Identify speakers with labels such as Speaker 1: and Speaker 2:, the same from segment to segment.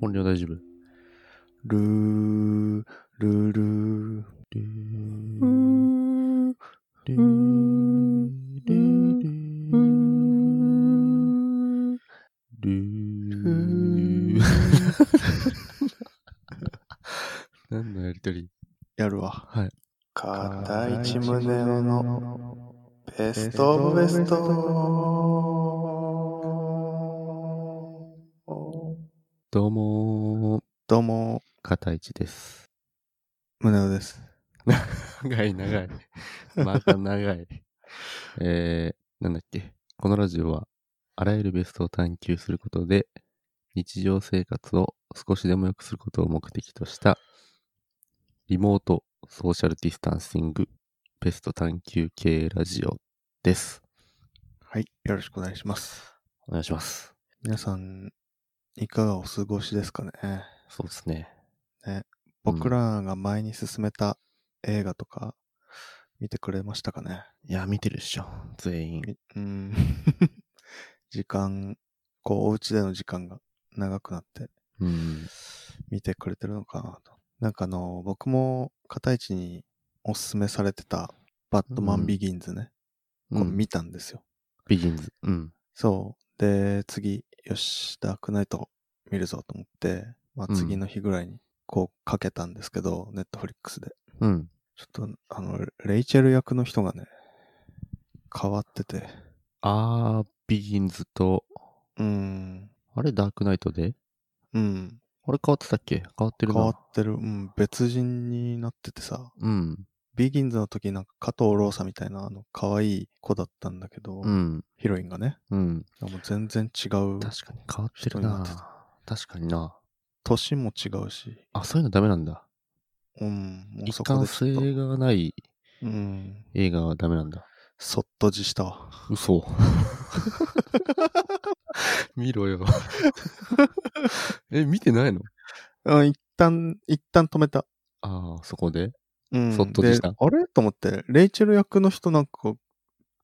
Speaker 1: 音量大丈夫ルー、ルルー、ル
Speaker 2: うー
Speaker 1: ー、
Speaker 2: んう
Speaker 1: ルー、ル
Speaker 2: ー
Speaker 1: ー、ルー、
Speaker 2: ー ん
Speaker 1: ルー。何のやりとり
Speaker 3: やるわ。
Speaker 1: はい。
Speaker 4: 片市宗男のベストオブベスト。
Speaker 1: どうもー、
Speaker 3: どうも、
Speaker 1: 片市です。
Speaker 3: 宗男です。
Speaker 1: 長い長い。 また長い。えー、なんだっけ。このラジオは、あらゆるベストを探求することで、日常生活を少しでも良くすることを目的とした、リモートソーシャルディスタンシング、ベスト探求系ラジオです。
Speaker 3: はい。よろしくお願いします。
Speaker 1: お願いします。
Speaker 3: 皆さん、いかがお過ごしですかね
Speaker 1: そうですね。
Speaker 3: 僕らが前に進めた映画とか、見てくれましたかね
Speaker 1: いや、見てるっしょ。全員。
Speaker 3: みうん。 時間、こう、お家での時間が長くなって、
Speaker 1: うん。
Speaker 3: 見てくれてるのかなと。なんかあの、僕も、片市におすすめされてた、バットマ
Speaker 1: うん
Speaker 3: ンビギンズね。これ見たんですよ。
Speaker 1: ビギンズ。うん。
Speaker 3: そう。で、次、よし、ダークナイト見るぞと思って、ま
Speaker 1: う
Speaker 3: あ、
Speaker 1: ん
Speaker 3: 次の日ぐらいに、こう、かけたんですけど、ネットフリックスで。
Speaker 1: うん。
Speaker 3: ちょっと、あの、レイチェル役の人がね、変わってて。
Speaker 1: あー、ビギンズと、
Speaker 3: うーん。
Speaker 1: あれ、ダークナイトで
Speaker 3: うん。
Speaker 1: あれ変わってたっけ変わってる
Speaker 3: 変
Speaker 1: な。
Speaker 3: わってる。うん。別人になっててさ、
Speaker 1: うん。
Speaker 3: ビギンズの時なんか加藤ローサみたいな、あの、可愛い子だったんだけど、
Speaker 1: うん。
Speaker 3: ヒロインがね、
Speaker 1: うん。
Speaker 3: もう全然違う。
Speaker 1: 確かに変わってる
Speaker 3: 人になって
Speaker 1: な。確かにな。
Speaker 3: 年も違うし、
Speaker 1: あ、そういうのダメなんだ。
Speaker 3: うん。もう
Speaker 1: 一
Speaker 3: そこ
Speaker 1: 貫
Speaker 3: でちょっと
Speaker 1: 性がない
Speaker 3: うん。
Speaker 1: 映画はダメなんだ。
Speaker 3: そっとじしたわ。
Speaker 1: 嘘。見ろよ。 え、見てないの
Speaker 3: うん、一旦、一旦止めた。
Speaker 1: ああ、そこで
Speaker 3: うん
Speaker 1: そっとでした
Speaker 3: あれと思って、レイチェル役の人なんか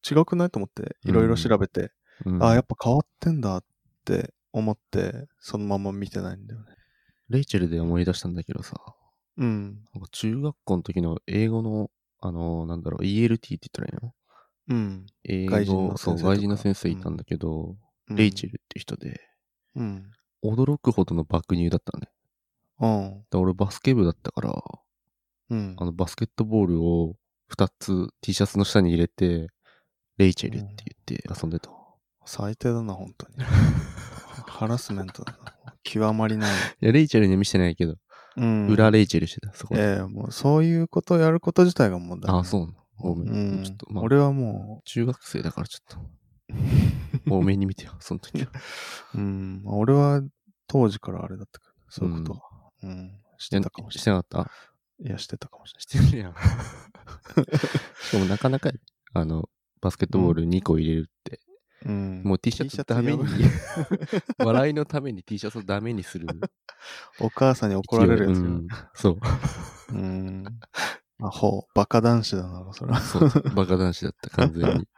Speaker 3: 違くないと思って、いろいろ調べて、
Speaker 1: うん
Speaker 3: ああ、やっぱ変わってんだって思って、そのまま見てないんだよね。
Speaker 1: レイチェルで思い出したんだけどさ、
Speaker 3: うん。
Speaker 1: なんか中学校の時の英語の、あのなんだろう、ELT って言ったらいいの
Speaker 3: うん。
Speaker 1: 英語
Speaker 3: 外人の先生
Speaker 1: そう、
Speaker 3: とか
Speaker 1: 外人の先生いたんだけど、レイチェルって人で、
Speaker 3: ル。うん。
Speaker 1: 驚くほどの爆乳だったのね。
Speaker 3: うん。
Speaker 1: で俺バスケ部だったから、
Speaker 3: うん
Speaker 1: あ。のバスケットボールを2つ T シャツの下に入れて、レイチェルって言って遊んでた。
Speaker 3: 最低だな、本当に。 ハラスメントだな。極まりない。
Speaker 1: いや、レイチェルには見せてないけど、
Speaker 3: うん。
Speaker 1: 裏レイチェルしてた、そこで。
Speaker 3: ええもうそういうことをやること自体がもうだ、
Speaker 1: ああ、そうなの。ごめん。
Speaker 3: うん。
Speaker 1: ちょっと、まあ、
Speaker 3: 俺はも
Speaker 1: 中学生だからちょっと、多めに見 てよ、その時は。
Speaker 3: う、うん。俺は当時からあれだったから、そういうことは。うん。してたかもしれない
Speaker 1: し。てなかった
Speaker 3: いや、してたかもし
Speaker 1: してるやん。 しかもなかなか、あの、バスケットボール2個入れるって、
Speaker 3: れない。うん
Speaker 1: もう T シャ
Speaker 3: T シ
Speaker 1: ツ
Speaker 3: ャツ
Speaker 1: ダメに
Speaker 3: やばい、
Speaker 1: 笑いのために T シャツをダメにする。
Speaker 3: お母さんに 怒られるやつ
Speaker 1: う
Speaker 3: よ。
Speaker 1: んそう。
Speaker 3: うん。あ、ほう。バカ男子だな、それは。
Speaker 1: そう。バカ男子だった、完全 に。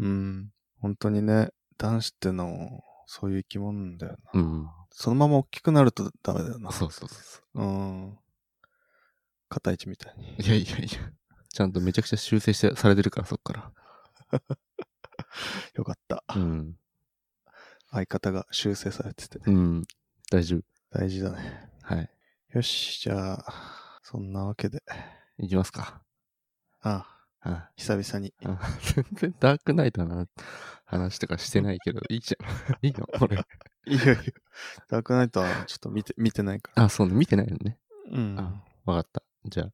Speaker 3: うん。本当にね、男子ってのも、そういう生き物なんだよな。
Speaker 1: うん。
Speaker 3: そのまま大きくなるとダメだよな。
Speaker 1: そうそうそうそ
Speaker 3: うん。片一みたいに。
Speaker 1: う。いやいやいや。ちゃんとめちゃくちゃ修正してされてるから、そっから。
Speaker 3: よかった。
Speaker 1: うん。
Speaker 3: 相方が修正されてて。
Speaker 1: うん。大丈夫。
Speaker 3: 大事だね。
Speaker 1: はい。
Speaker 3: よし、じゃあ、そんなわけで。
Speaker 1: いきますか。
Speaker 3: ああ
Speaker 1: あ
Speaker 3: 久々に。
Speaker 1: あ全然ダークナイトな話とかしてないけど、いいじゃん。いいのこれ。
Speaker 3: いやいや。ダークナイトはちょっと見て、見てないから。
Speaker 1: あ、そうね。見てないのね。
Speaker 3: うん。
Speaker 1: あ、わかった。じゃあ、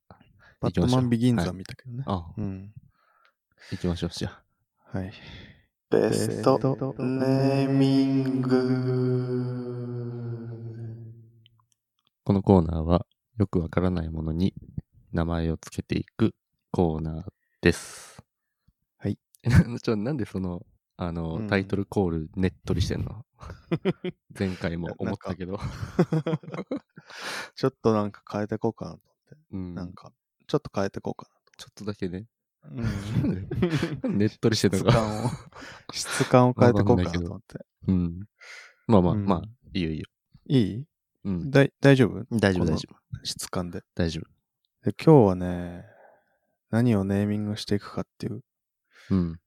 Speaker 3: バ
Speaker 1: 行き
Speaker 3: ット
Speaker 1: ましょ
Speaker 3: マ
Speaker 1: う
Speaker 3: ンビギンズは
Speaker 1: は
Speaker 3: 見たけどね。
Speaker 1: あ、
Speaker 3: うん。
Speaker 1: 行きましょう。じゃあ。
Speaker 3: はい。
Speaker 4: ベストネーミング。
Speaker 1: このコーナーは、よくわからないものに名前をつけていくコーナーです。
Speaker 3: はい。
Speaker 1: ちょ、なん でその、あの、
Speaker 3: うん
Speaker 1: タイトルコールねっとりしてん の前回も思ったけど。
Speaker 3: ちょっとなんか変えてこうかなと思
Speaker 1: う
Speaker 3: って。
Speaker 1: ん、
Speaker 3: なんか、ちょっと変えてこうか
Speaker 1: ちょっとだけね。
Speaker 3: なと。うん
Speaker 1: ねっとりしてた
Speaker 3: 質
Speaker 1: のか。
Speaker 3: 感を、質感を変えてこうかなと思って。
Speaker 1: うん。まあまあ、
Speaker 3: うん
Speaker 1: まあ、いいよいいよ。
Speaker 3: いい
Speaker 1: うん。
Speaker 3: だい大丈夫
Speaker 1: 大丈夫、
Speaker 3: この
Speaker 1: 大丈夫。
Speaker 3: 質感で
Speaker 1: 大丈
Speaker 3: で。今日はね、何をネーミングしていくかっていう
Speaker 1: 夫。うん。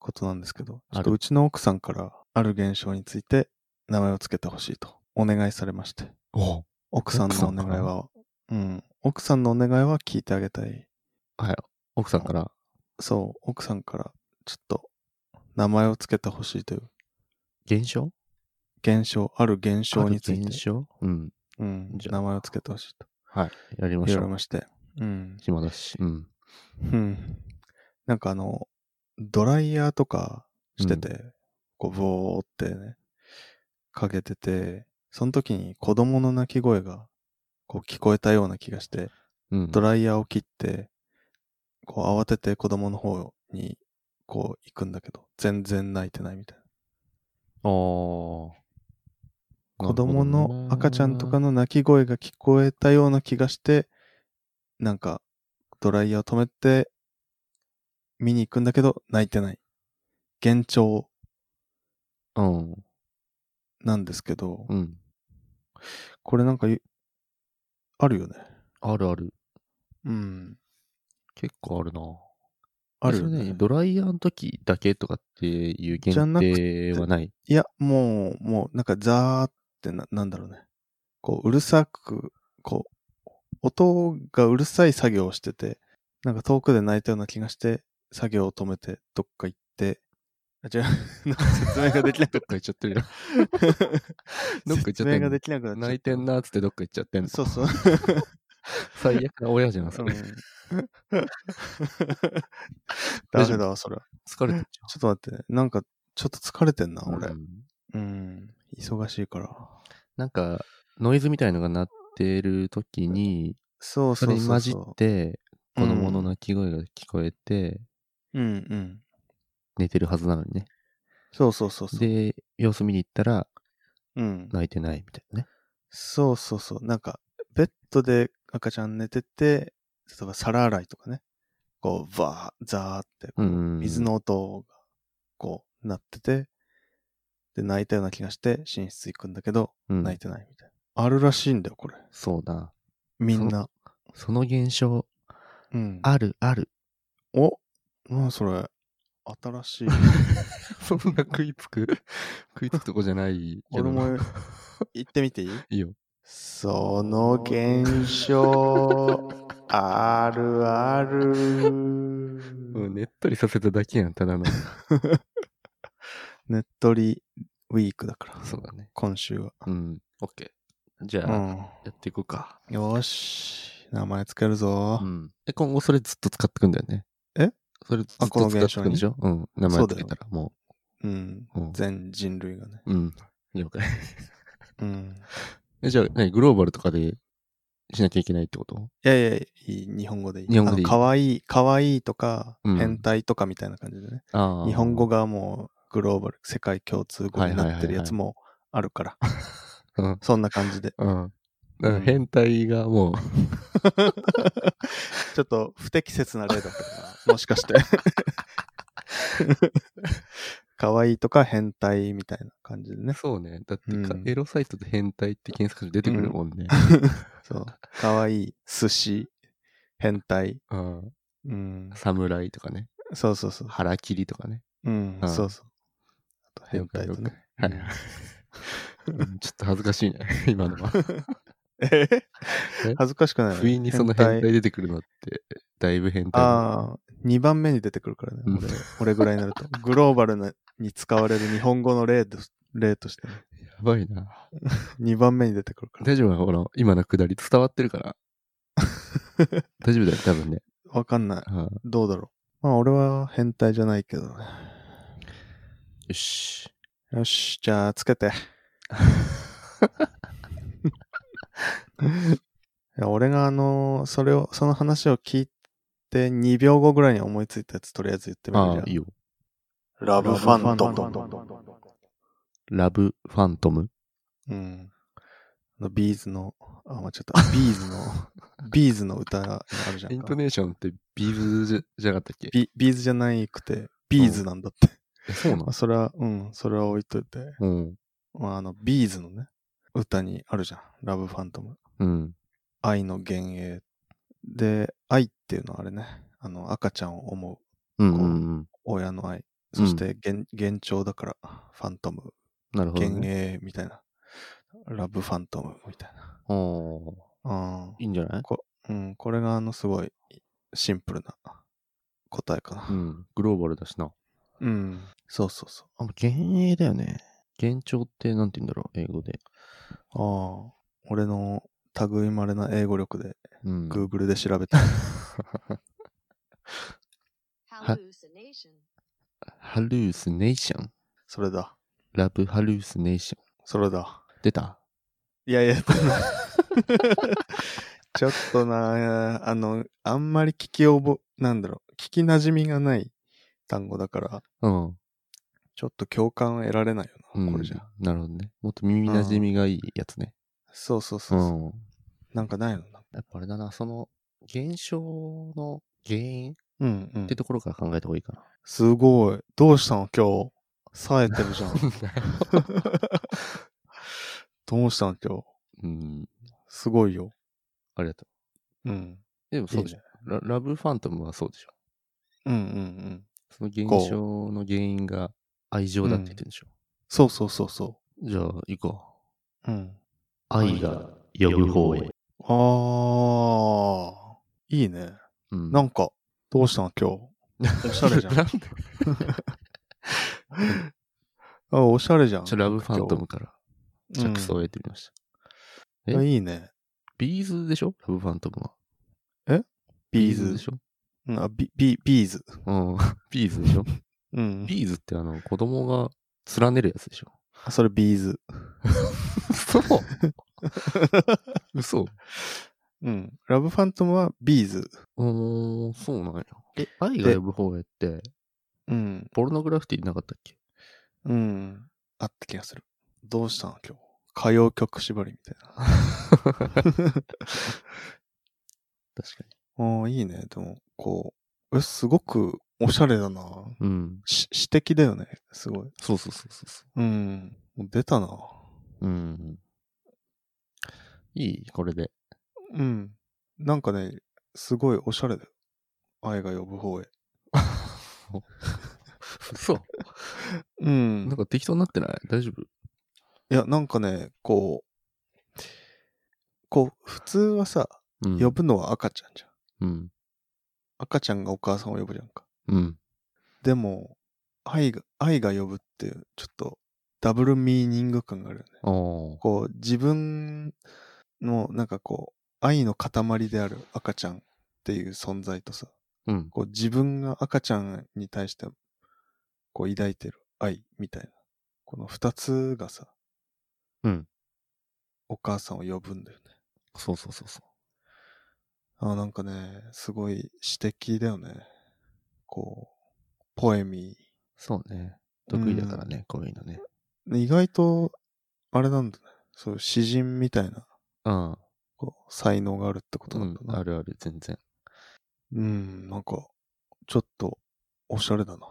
Speaker 3: ことなんですけど、ち
Speaker 1: ある
Speaker 3: ょっとうちの奥さんからある現象について名前をつけてほしいとお願いされまして、
Speaker 1: お
Speaker 3: 奥さんのお願いは、うん、奥さんのお願いは聞いてあげたい。
Speaker 1: はい。奥さんから、
Speaker 3: そう、奥さんからちょっと名前をつけてほしいという
Speaker 1: 現象
Speaker 3: 現象、ある現象につい
Speaker 1: ある
Speaker 3: て
Speaker 1: 現、象うん。
Speaker 3: うん、
Speaker 1: じゃあ
Speaker 3: 名前をつけてほしいと
Speaker 1: はい。やりまし
Speaker 3: 言
Speaker 1: ょ
Speaker 3: われ
Speaker 1: う。
Speaker 3: まして、うん、
Speaker 1: 暇だし。うん。
Speaker 3: うん。なんかあの、ドライヤーとかしてて、こう、ボーってね、かけてて、その時に子供の泣き声が、こう聞こえたような気がして、
Speaker 1: うん。
Speaker 3: ドライヤーを切って、こう慌てて子供の方に、こう行くんだけど、全然泣いてないみたいな。
Speaker 1: あーなるほどね
Speaker 3: 子供の赤ちゃんとかの泣き声が聞こえたような気がして、なんか、ドライヤーを止めて、見に行くんだけど、泣いてない。幻聴
Speaker 1: うん。
Speaker 3: なんですけど、
Speaker 1: うん。
Speaker 3: これなんかい、あるよね。
Speaker 1: あるある。
Speaker 3: うん。
Speaker 1: 結構あるな。
Speaker 3: あるよ
Speaker 1: それ
Speaker 3: ね。
Speaker 1: ドライヤーの時だけとかっていう限
Speaker 3: じゃなく
Speaker 1: 定はない。
Speaker 3: いや、もう、もう、なんか、ザーってな、なんだろうね。こう、うるさく、こう、音がうるさい作業をしてて、なんか遠くで泣いたような気がして、作業を止めて、どっか行って、あ、 違う、なんか説明ができなく
Speaker 1: どっか行っちゃってるよ。 どっか行っちゃ
Speaker 3: 説
Speaker 1: って
Speaker 3: 明
Speaker 1: ん
Speaker 3: が
Speaker 1: の
Speaker 3: できなくなっちゃった
Speaker 1: 泣いてんなーっつってどっか行っちゃってんの。
Speaker 3: そうそう。
Speaker 1: 最悪な親じゃん、 それ。
Speaker 3: うん、ダメだわ、それは。
Speaker 1: 疲れてるじ
Speaker 3: ちょっと待ってね。なんか、ちょっと疲れてんな、
Speaker 1: ゃん。
Speaker 3: 俺。
Speaker 1: うん
Speaker 3: うん。忙しいから。
Speaker 1: なんか、ノイズみたいのが鳴ってる時に、
Speaker 3: そう
Speaker 1: そ
Speaker 3: そ
Speaker 1: れ
Speaker 3: うそうそう。
Speaker 1: に混じって、子供の泣き声が聞こえて、
Speaker 3: うんうん。
Speaker 1: 寝てるはずなのにね。
Speaker 3: そうそうそうそう。
Speaker 1: で、様子見に行ったら、
Speaker 3: うん。
Speaker 1: 泣いてないみたいなね。
Speaker 3: そうそうそう。なんか、ベッドで赤ちゃん寝てて、例えば皿洗いとかね、こう、バー、ザーって、こう
Speaker 1: うんうんうん
Speaker 3: 水の音が、こう、鳴ってて、で、泣いたような気がして、寝室行くんだけど、
Speaker 1: うん。
Speaker 3: 泣いてないみたいな。あるらしいんだよ、これ。
Speaker 1: そうだ。
Speaker 3: みんな。
Speaker 1: その現象、
Speaker 3: うん。
Speaker 1: あるある。
Speaker 3: おなんそれ、新 しい。
Speaker 1: そんな食いつく、 食いつくとこじゃないけど
Speaker 3: 俺
Speaker 1: な。
Speaker 3: も行ってみていい
Speaker 1: いいよ。
Speaker 4: その現象、あるあ る。
Speaker 1: うん、ねっとりさせただけやん、ただの。
Speaker 3: ねっとりウィークだか ら、
Speaker 1: そうだね。
Speaker 3: 今週は。
Speaker 1: うん。オッケー。じゃ
Speaker 3: う
Speaker 1: あ、
Speaker 3: ん。
Speaker 1: やっていこうか。
Speaker 3: よーし。名前つけるぞ。
Speaker 1: うん。で、今後それずっと使ってくんだよね。
Speaker 3: え
Speaker 1: それずっと
Speaker 3: あこの
Speaker 1: 使って
Speaker 3: 現象
Speaker 1: くんでしょうん。名前つけたら、も
Speaker 3: うん。
Speaker 1: う。うん。
Speaker 3: 全人類がね。
Speaker 1: うん。了解。
Speaker 3: うん。
Speaker 1: え、じゃあ、何グローバルとかでしなきゃいけないってこと
Speaker 3: いやいや、いい。日本語でいい。
Speaker 1: 日本語でいい
Speaker 3: あのかわいい、かわいいとか、
Speaker 1: うん
Speaker 3: 変態とかみたいな感じでね。
Speaker 1: ああ。
Speaker 3: 日本語がもうグローバル、世界共通語になってるやつもあるから。
Speaker 1: うん。
Speaker 3: そんな感じで。
Speaker 1: うん。だから変態がもう、
Speaker 3: ちょっと不適切な例だったかな。もしかして。かわいいとか変態みたいな感じでね。
Speaker 1: そうね。だってか、
Speaker 3: うん
Speaker 1: エロサイトで変態って検索で出てくるもん ね。
Speaker 3: そう。かわいい、寿司、変態。
Speaker 1: うん。
Speaker 3: うん。
Speaker 1: 侍とかね。
Speaker 3: そうそうそう。
Speaker 1: 腹切りとかね。
Speaker 3: うん
Speaker 1: う、ん
Speaker 3: そうそう。あと変態と
Speaker 1: 了
Speaker 3: ね。
Speaker 1: 解了解はいはい。うんちょっと恥ずかしいね、 今のは。
Speaker 3: え恥ずかしくない
Speaker 1: 不意にその変態出てくるのって、だいぶ変態。
Speaker 3: ああ、2番目に出てくるからね。
Speaker 1: うん
Speaker 3: 俺俺ぐらいになると。グローバルなに使われる日本語の例と例として、ね、
Speaker 1: やばいな。
Speaker 3: 2番目に出てくるから。
Speaker 1: 大丈夫ほら、今のくだり伝わってる から。大丈夫だよ、多分ね。
Speaker 3: わかんない。
Speaker 1: うんよ
Speaker 3: どうだろう。まあ俺は変態じゃないけどね。
Speaker 1: し。
Speaker 3: よし、じゃあつけて。いや俺があのそれを、その話を聞いて2秒後ぐらいに思いついたやつとりあえず言ってみるじ
Speaker 1: あ
Speaker 3: ゃ
Speaker 1: あ、
Speaker 3: ん。
Speaker 1: いいよ。
Speaker 4: ラブファントム。
Speaker 1: ラブファントム。
Speaker 3: うん。あのビーズの、あ、間違った。ビーズの、 ビーズの歌があるじゃ
Speaker 1: イ
Speaker 3: ん
Speaker 1: ン
Speaker 3: か
Speaker 1: トネーションってビーズじゃじゃなかったっけ
Speaker 3: ビ。ビーズじゃないくて、ビーズなんだって。
Speaker 1: えそうな
Speaker 3: まあ、それは、うん、それは置いといて。
Speaker 1: のうん。
Speaker 3: まあ、あの、ビーズのね、歌にあるじゃん。ラブファントム。
Speaker 1: うん。
Speaker 3: 愛の幻影。で、愛っていうのはあれね。あの、赤ちゃんを思う
Speaker 1: うんうんうん。
Speaker 3: 親の愛。そして、幻幻聴だから、ファントム。
Speaker 1: なるほど、
Speaker 3: 幻
Speaker 1: ね。
Speaker 3: 影みたいな。ラブファントムみたいな。
Speaker 1: おー
Speaker 3: うん
Speaker 1: いいんじゃない
Speaker 3: うん、これがあのすごいシンプルな答えかな。
Speaker 1: うん。グローバルだしな。
Speaker 3: うん、そうそうそ
Speaker 1: あ、幻影だよね。幻聴ってなんて言うんだろう、英語で。
Speaker 3: う。ああ、俺の類まれな英語力で
Speaker 1: うん。
Speaker 3: Google で調べた。
Speaker 2: Hallucination.
Speaker 1: ハルースネーション。
Speaker 3: それだ、
Speaker 1: ラブハルースネーション。
Speaker 3: それだ。
Speaker 1: 出た
Speaker 3: いやい や、ちょっとな、あの、あんまり聞き覚え、なんだろう、聞き馴染みがない単語だから、
Speaker 1: うん。
Speaker 3: ちょっと共感を得られないよな、これじゃ。
Speaker 1: うん。なるほどね。もっと耳馴染みがいいやつね。
Speaker 3: そうそうそううそう、
Speaker 1: ん。
Speaker 3: なんかないのな
Speaker 1: やっぱあれだな、その、現象の原因っ
Speaker 3: うんうん
Speaker 1: て。ところから考えた方がいいかな。
Speaker 3: すごい。どうしたの今日。冴えてるじゃ ん。 どうしたの今日。
Speaker 1: うん。
Speaker 3: すごいよ。
Speaker 1: ありがと
Speaker 3: うん。
Speaker 1: う。でもそうでしょ。ララブファントムはそうでしょ。
Speaker 3: うんうんうん。
Speaker 1: その現象の原因が愛情だって言ってるんでしょ。
Speaker 3: そうそうそうそ
Speaker 1: じゃあ、行こ
Speaker 3: う。うん。
Speaker 1: う。愛が呼ぶ方へ。
Speaker 3: あー。いいね。
Speaker 1: うん
Speaker 3: なんか、どうしたの今 日。おしゃれじゃん。
Speaker 1: な
Speaker 3: あ
Speaker 1: ん で
Speaker 3: おしゃれじゃん。
Speaker 1: ちょラブファントムから
Speaker 3: 今
Speaker 1: 着
Speaker 3: 日。
Speaker 1: 想を得てみました。
Speaker 3: うんいいね。
Speaker 1: ビーズでしょラブファントムは。
Speaker 3: ビーズ。
Speaker 1: でしょ
Speaker 3: うん、あビビビーズ。
Speaker 1: うん。 ビーズでしょ
Speaker 3: うん。
Speaker 1: ビーズってあの、子供が連ねるやつでしょ
Speaker 3: あそれビーズ。
Speaker 1: 嘘 嘘
Speaker 3: うん。ラブファントムはビーズ。
Speaker 1: おー、そうなんや。え、愛が呼ぶ方へって、
Speaker 3: うん。
Speaker 1: ポルノグラフィティなかったっ け
Speaker 3: うん。あった気がする。どうしたの今日。歌謡曲縛りみたいな。
Speaker 1: 確か
Speaker 3: ああ、いいね。でも、こう、え、すごくおしゃれだな。
Speaker 1: に。うん。
Speaker 3: し、詩的だよね。すごい。
Speaker 1: そうそうそうそうそ
Speaker 3: うん。もう出たな。
Speaker 1: う。うん。いいこれ で。
Speaker 3: うん。なんかね、すごいおしゃれだよ。愛が呼ぶ方へ。
Speaker 1: そう。
Speaker 3: う
Speaker 1: なん
Speaker 3: ん。
Speaker 1: か適当になってない大丈夫
Speaker 3: いや、なんかね、こう、こう、普通はさ、
Speaker 1: うん。
Speaker 3: 呼ぶのは赤ちゃんじゃん。
Speaker 1: うん。
Speaker 3: 赤ちゃんがお母さんを呼ぶじゃんか。
Speaker 1: うん。
Speaker 3: でも、愛が、愛が呼ぶって、ちょっと、ダブルミーニング感があるよね。
Speaker 1: おー。
Speaker 3: こう、自分の、なんかこう、愛の塊である赤ちゃんっていう存在とさ、
Speaker 1: うん。
Speaker 3: こう、自分が赤ちゃんに対して、こう、抱いてる愛みたいな。この二つがさ、
Speaker 1: うん。
Speaker 3: お母さんを呼ぶんだよね。
Speaker 1: そうそうそうそ
Speaker 3: あーなんかね、すごい詩的だよね。こう、ポエミ
Speaker 1: う。そうね。得意だからね、こういうのね。
Speaker 3: ー。意外と、あれなんだね。そういう詩人みたいな、
Speaker 1: うん。
Speaker 3: こう、才能があるってこと
Speaker 1: う
Speaker 3: なん
Speaker 1: ん
Speaker 3: だな。
Speaker 1: あるある、全然。
Speaker 3: うん、なんか、ちょっと、おしゃれだな、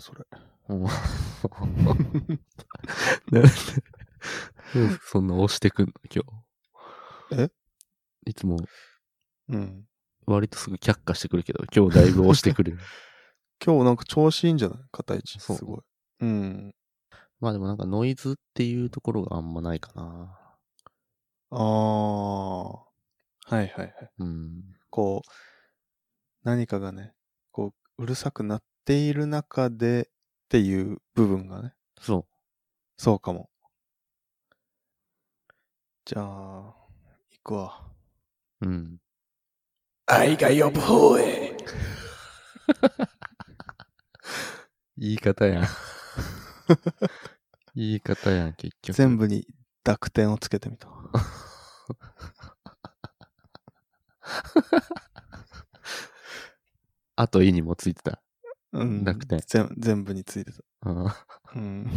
Speaker 3: それ。
Speaker 1: うんなんでそんな押してくんの今日。
Speaker 3: え
Speaker 1: いつも
Speaker 3: うん。
Speaker 1: 割とすぐ却下してくるけど、今日だいぶ押してく る。
Speaker 3: 今日なんか調子いいんじゃない片一。
Speaker 1: そう
Speaker 3: すごい。うん。
Speaker 1: まあでもなんかノイズっていうところがあんまないかな。
Speaker 3: ああ。はいはいはい。
Speaker 1: うん。
Speaker 3: こう、何かがね、こう、うるさくなっている中でっていう部分がね、
Speaker 1: そ
Speaker 3: そうかも。じゃあ、行くわ。
Speaker 1: う。うん。
Speaker 4: 愛が呼ぶ方へ。
Speaker 1: 言い方やん。 言い方やん、結局。
Speaker 3: 全部に濁点をつけてみた。
Speaker 1: あと意にもついてた。
Speaker 3: うん
Speaker 1: 濁点
Speaker 3: 全全部についてた。
Speaker 1: うん。
Speaker 3: うん。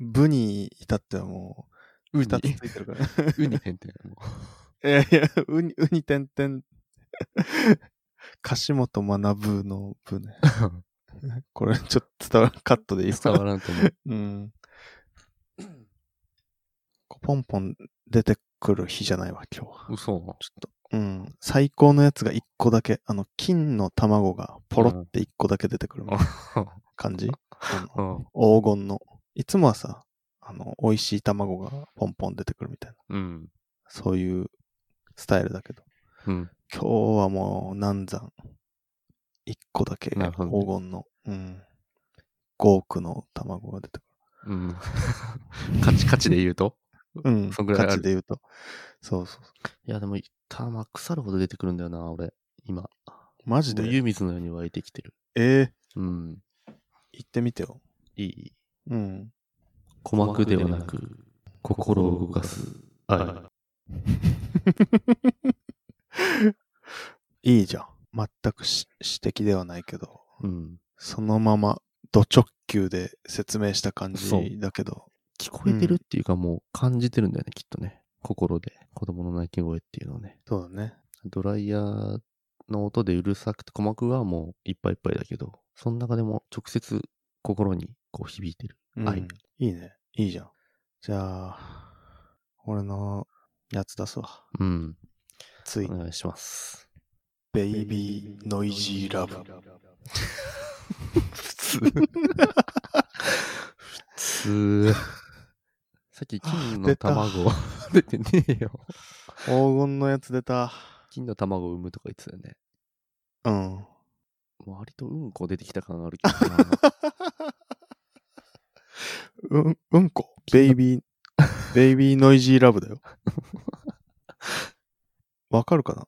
Speaker 3: 部に至ってはもう、
Speaker 1: う
Speaker 3: 二つついてるからね。
Speaker 1: うに変ってないも
Speaker 3: いやいや、うに、うに点々。樫本学の部ね。
Speaker 1: う。
Speaker 3: これちょっと伝わらんカットでいい
Speaker 1: 伝わらんと思う。
Speaker 3: うん。こポンポン出てくる日じゃないわ、今日は。
Speaker 1: 嘘。
Speaker 3: ちょっと、うん。最高のやつが一個だけ、あの、金の卵がポロって一個だけ出てくるみたいな感 じ、あ
Speaker 1: う
Speaker 3: の
Speaker 1: ん
Speaker 3: 黄金の。いつもはさ、あの、美味しい卵がポンポン出てくるみたいな。
Speaker 1: うん。
Speaker 3: そういうスタイルだけど。
Speaker 1: うん。
Speaker 3: 今日はもう難産。一個だけ
Speaker 1: なるほ
Speaker 3: 黄
Speaker 1: どね
Speaker 3: 金の、うん。5億の卵が出てく
Speaker 1: うん。カチカチで言うと
Speaker 3: る。うん。
Speaker 1: そんぐらいある
Speaker 3: 価値で言うと。そうそうそ
Speaker 1: いや、でも、玉腐るほど出てくるんだよな、俺。今。
Speaker 3: う。マジで
Speaker 1: 湯水のように湧いてきてる。
Speaker 3: ええ
Speaker 1: うん。
Speaker 3: 行ってみてよ。
Speaker 1: いい。
Speaker 3: うん。
Speaker 1: 鼓膜ではなく、心を動かす。はい。
Speaker 3: いいじゃん。全くし指摘ではないけど、
Speaker 1: うん。
Speaker 3: そのまま、ド直球で説明した感
Speaker 1: そう
Speaker 3: じだけど、
Speaker 1: 聞こえてるっていうか、もう感じてるんだよね、きっとね。心で。子供の泣き声っていうのをね。
Speaker 3: そうだね。
Speaker 1: ドライヤーの音でうるさくて、鼓膜はもういっぱいいっぱいだけど、その中でも直接心にこう響いてる。
Speaker 3: うん
Speaker 1: はい。
Speaker 3: いいね。いいじゃん。じゃあ、俺のやつ出すわ。
Speaker 1: うん。
Speaker 3: つ
Speaker 1: お
Speaker 3: い、
Speaker 1: 願いします。
Speaker 3: ベイビーノイジーラブ。
Speaker 1: 普通。普通。 さっき金の卵 出てねえよ。
Speaker 3: 黄金のやつ出た。
Speaker 1: 金の卵を産むとか言ってたよね。
Speaker 3: うん。
Speaker 1: 割とうんこ出てきた感あるけ どな。
Speaker 3: うん、うんこ。ベイビー、ベイビーノイジーラブだ よ。わかるかな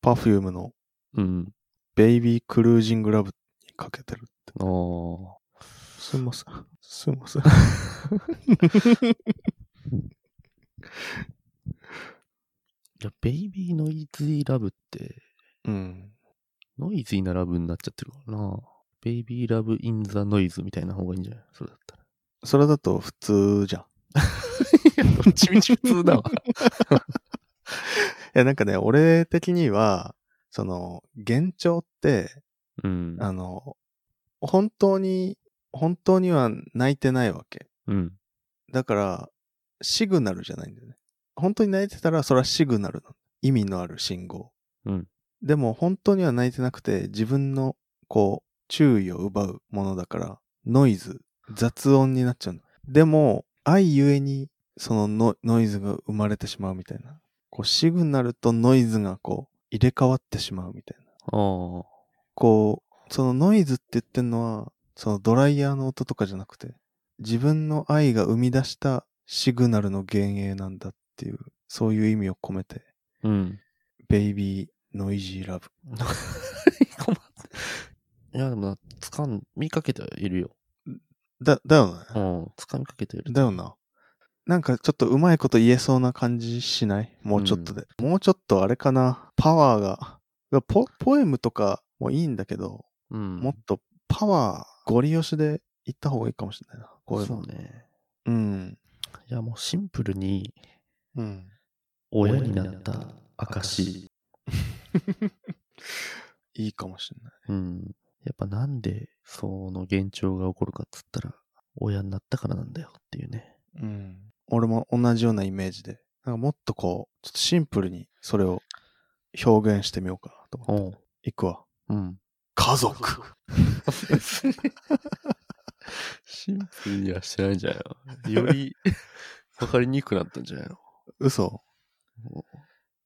Speaker 3: パフュームの
Speaker 1: うん。
Speaker 3: ベイビークルージングラブにかけてるって。
Speaker 1: あー
Speaker 3: すいません。すいません。
Speaker 1: いや、ベイビーノイズイラブって、
Speaker 3: うん。
Speaker 1: ノイズイなラブになっちゃってるからな。ベイビーラブインザノイズみたいな方がいいんじゃないそれだったら。
Speaker 3: それだと普通じゃん。
Speaker 1: いや、どっちみち普通だわ。
Speaker 3: いや、なんかね、俺的には、その、幻聴って、
Speaker 1: うん。
Speaker 3: あの、本当に、本当には泣いてないわけ。
Speaker 1: うん。
Speaker 3: だから、シグナルじゃないんだよね。本当に泣いてたら、それはシグナルなの。意味のある信号。
Speaker 1: うん
Speaker 3: でも、本当には泣いてなくて、自分の、こう、注意を奪うものだから、ノイズ、雑音になっちゃうの。でも、愛ゆえに、そのノノイズが生まれてしまうみたいな。こう、シグナルとノイズが、こう、入れ替わってしまうみたいな。
Speaker 1: ああ。
Speaker 3: こう、そのノイズって言ってんのは、そのドライヤーの音とかじゃなくて、自分の愛が生み出したシグナルの幻影なんだっていう、そういう意味を込めて、
Speaker 1: うん。
Speaker 3: ベイビーノイジーラブ。
Speaker 1: 困って。いや、でもな、掴みかけてはいるよ。
Speaker 3: だ、だ
Speaker 1: う
Speaker 3: よね。
Speaker 1: ん。掴みかけてはいる。
Speaker 3: だよな。なんかちょっとうまいこと言えそうな感じしないもうちょっとで。もうちょっとあれかな。パワーが。ポ、ポエムとかもいいんだけど、
Speaker 1: うん。
Speaker 3: もっとパワー、ゴリ押しで言った方がいいかもしれないな。こういう
Speaker 1: そ
Speaker 3: の
Speaker 1: う。ね。
Speaker 3: うん。
Speaker 1: いや、もうシンプルに、
Speaker 3: うん。
Speaker 1: 親になった証。
Speaker 3: いいかもしれない。
Speaker 1: うん。やっぱなんで、その現象が起こるかっつったら、親になったからなんだよっていうね。
Speaker 3: うん。俺も同じようなイメージで。なんかもっとこう、ちょっとシンプルにそれを表現してみようかなと思って。
Speaker 1: おう。
Speaker 3: いくわ。
Speaker 1: うん。
Speaker 3: 家族。
Speaker 1: シンプルにはしてないんじゃないのより、 わかりにくくなったんじゃないの
Speaker 3: 嘘。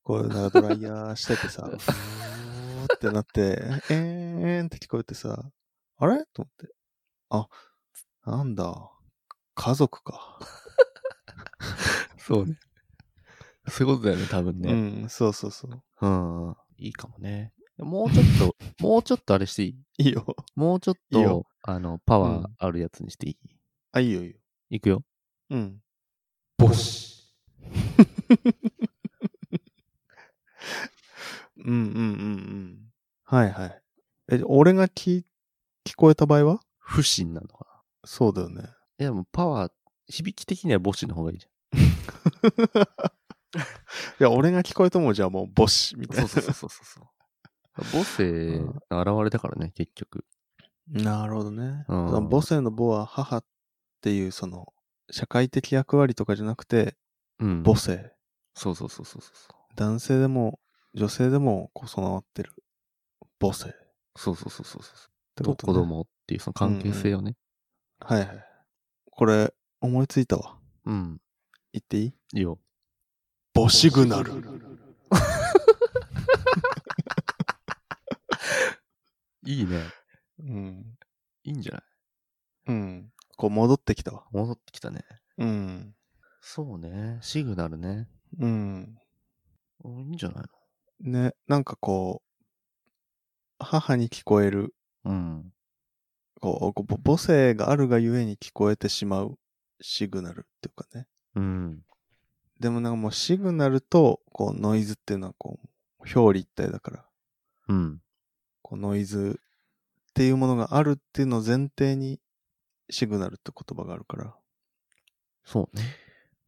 Speaker 3: こう、なんかドライヤーして てさ、ふーってなって、えーん、えーんって聞こえてさ、あれと思って。あ、なんだ。家族か。
Speaker 1: そうね。そういうことだよね、多分ね。
Speaker 3: うん、そうそうそう。
Speaker 1: うん。いいかもね。もうちょっと、 もうちょっとあれしていい
Speaker 3: いいよ。
Speaker 1: もうちょっ
Speaker 3: いい
Speaker 1: と
Speaker 3: よ、
Speaker 1: あの、パ
Speaker 3: う
Speaker 1: ワー
Speaker 3: ん
Speaker 1: あるやつにしていい、
Speaker 3: あ、いいよいいよ。
Speaker 1: いくよ。
Speaker 3: うん。ボシ。うんうんうんうん。はいはい。え、俺が聞、聞こえた場合は
Speaker 1: 不審なのか
Speaker 3: そうだよね。
Speaker 1: な。いや、もうパワー、響き的には母子の方がいいじ
Speaker 3: いや、俺が聞こえてもじゃあもうボシみ
Speaker 1: ゃ
Speaker 3: たい
Speaker 1: ん。そうそうそうそうそう。母性の現れだからね、結局。
Speaker 3: な。なるほどね。
Speaker 1: うん
Speaker 3: その母性の母は母っていうその社会的役割とかじゃなくて、
Speaker 1: うん。
Speaker 3: 母性。
Speaker 1: そうそうそうそうそう。
Speaker 3: 男性でも女性でもこう備わってる母性。っ
Speaker 1: そうそうそうそうそう。
Speaker 3: て
Speaker 1: と
Speaker 3: こと、ね、
Speaker 1: 子。供っていうその関係性をね。
Speaker 3: はいはい。これ、思いついたわ。
Speaker 1: うん。
Speaker 3: 言っていい
Speaker 1: いいよ。
Speaker 3: 母シグナル。
Speaker 1: いいね。
Speaker 3: うん。
Speaker 1: いいんじゃない
Speaker 3: うん。こう戻ってきたわ。
Speaker 1: 戻ってきたね。
Speaker 3: うん。
Speaker 1: そうね。シグナルね。
Speaker 3: うん。
Speaker 1: おいいんじゃない
Speaker 3: ね、なんかこう、母に聞こえる、
Speaker 1: のうん。
Speaker 3: こう、こう母性があるがゆえに聞こえてしまうシグナルっていうかね。
Speaker 1: うん。
Speaker 3: でもなんかもうシグナルとこうノイズっていうのはこう表裏一体だから
Speaker 1: うん。
Speaker 3: こうノイズっていうものがあるっていうのを前提にシグナルって言葉があるから
Speaker 1: そうね。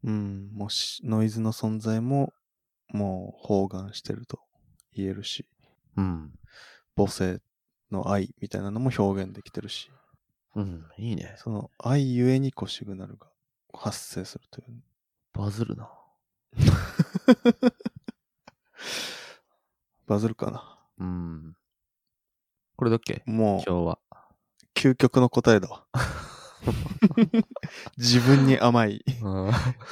Speaker 3: うんもうしノイズの存在ももう包含してると言えるし
Speaker 1: うん。
Speaker 3: 母性の愛みたいなのも表現できてるし
Speaker 1: うん。いいね。
Speaker 3: その愛ゆえにこうシグナルが発生するという
Speaker 1: バズるな。
Speaker 3: バズるかな
Speaker 1: うん。これだっけ
Speaker 3: も
Speaker 1: 今
Speaker 3: う
Speaker 1: 日は。
Speaker 3: 究極の答えだわ 自分に甘い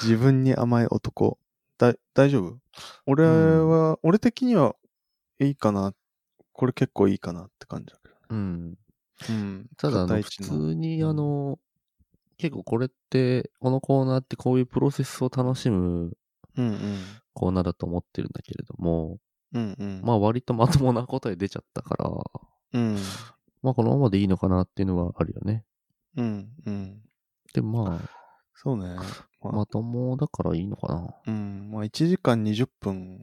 Speaker 3: 自分に甘い男。だ、大丈夫俺は、俺的にはいいかな。これ結構いいかなって感じだけど
Speaker 1: うん。
Speaker 3: ね。うん。
Speaker 1: ただあの、
Speaker 3: 片
Speaker 1: 普
Speaker 3: 一の
Speaker 1: 通にあの、結構これって、このコーナーってこういうプロセスを楽しむ
Speaker 3: うんうん。
Speaker 1: コーナーだと思ってるんだけれども、
Speaker 3: うんうん。
Speaker 1: まあ割とまともな答え出ちゃったから、
Speaker 3: うん。
Speaker 1: まあこのままでいいのかなっていうのはあるよね。
Speaker 3: うんうん。
Speaker 1: で、まあ、
Speaker 3: そうね。まあ、
Speaker 1: まともだからいいのかな。
Speaker 3: うん。まあ、1時間20分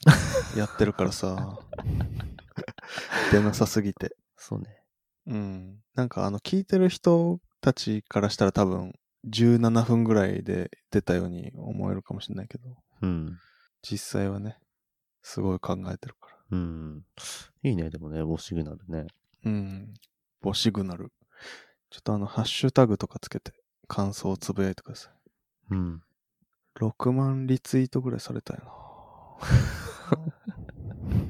Speaker 3: やってるからさ。出なさすぎて。
Speaker 1: そうね。
Speaker 3: うん。なんかあの、聞いてる人たちからしたら多分、17分ぐらいで出たように思えるかもしれないけど。
Speaker 1: うん。
Speaker 3: 実際はね、すごい考えてるか
Speaker 1: うん。いいね、でもね、ボシグナルね。
Speaker 3: ら。うん。ボシグナル。ちょっとあの、ハッシュタグとかつけて、感想をつぶやいてください。
Speaker 1: うん。
Speaker 3: 6万リツイートぐらいされたよ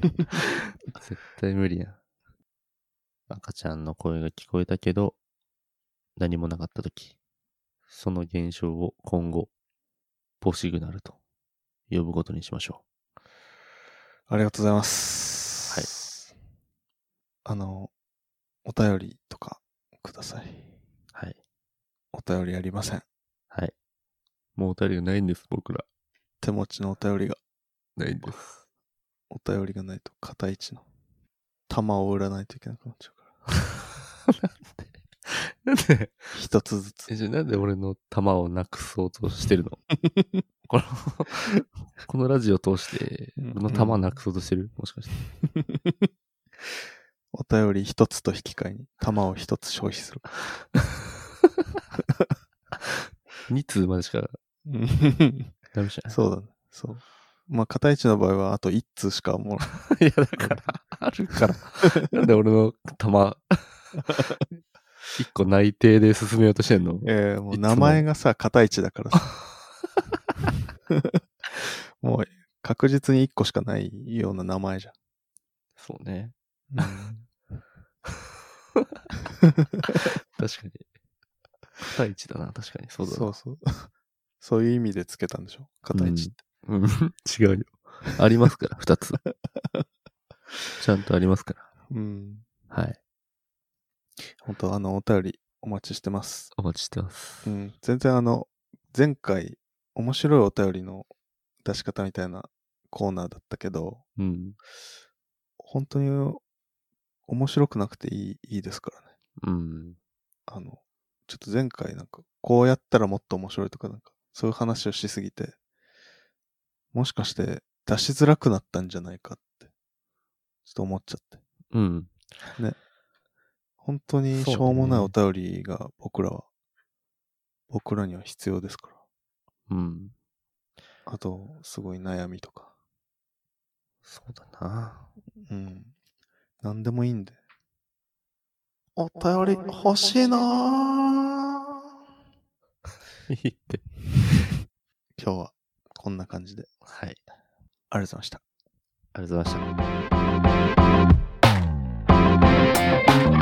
Speaker 1: 絶対無理やん。赤ちゃんの声が聞こえたけど、何もなかったとき、その現象を今後、ボシグナルと呼ぶことにしましょ
Speaker 3: な。ありがとうございます。はい。あの、お便りとかください。
Speaker 1: う。はい。
Speaker 3: お便りありません。
Speaker 1: はい。もうお便りがないんです、僕ら。
Speaker 3: 手持ちのお便りが、
Speaker 1: ないんです。
Speaker 3: お便りがないと、片一の玉を売らないといけなくなっちゃうから。
Speaker 1: なんで、
Speaker 3: 一つずつ。
Speaker 1: えじゃあなんで俺の玉をなくそうとして るのこの、 このラジオを通して、
Speaker 3: うん
Speaker 1: 俺の玉なくそうとしてるもしかして。
Speaker 3: お便り一つと引き換えに、玉を一つ消費する。
Speaker 1: 2通までしかダメじゃない
Speaker 3: そうだね。そう。まあ、片一の場合は、あと一通しかもら
Speaker 1: いや、だから、あるから。なんで俺の玉、一個内定で進めようとしてんの
Speaker 3: ええも
Speaker 1: いうつも
Speaker 3: 名前がさ、片一だからさ。 もう、確実に一個しかないような名前じゃ
Speaker 1: そうね。
Speaker 3: ん。
Speaker 1: 確かに。片一だな、確かに。そうだな。
Speaker 3: そうそう。 そういう意味でつけたんでしょ片一って。
Speaker 1: うん、 違うよ。ありますから、二つ。ちゃんとありますから。
Speaker 3: うん。
Speaker 1: はい。
Speaker 3: 本当あの、お便りお待ちしてます。
Speaker 1: お待ちしてます。
Speaker 3: うん。全然あの、前回、面白いお便りの出し方みたいなコーナーだったけど、
Speaker 1: うん。
Speaker 3: 本当に面白くなくていいいいですからね。
Speaker 1: うん。
Speaker 3: あの、ちょっと前回なんか、こうやったらもっと面白いとかなんか、そういう話をしすぎて、もしかして出しづらくなったんじゃないかって、ちょっと思っちゃって。
Speaker 1: うん。
Speaker 3: 本当にしょうもないお便りが僕らは、僕らには必要ですから。
Speaker 1: うん。
Speaker 3: あと、すごい悩みとか。
Speaker 1: そうだな。
Speaker 3: うん。なんでもいいんで。
Speaker 4: お便り欲しいなぁ
Speaker 1: いいって。
Speaker 3: 今日はこんな感じで。
Speaker 1: はい。あり
Speaker 3: ありがとうございました。
Speaker 1: がとうございました。
Speaker 2: 「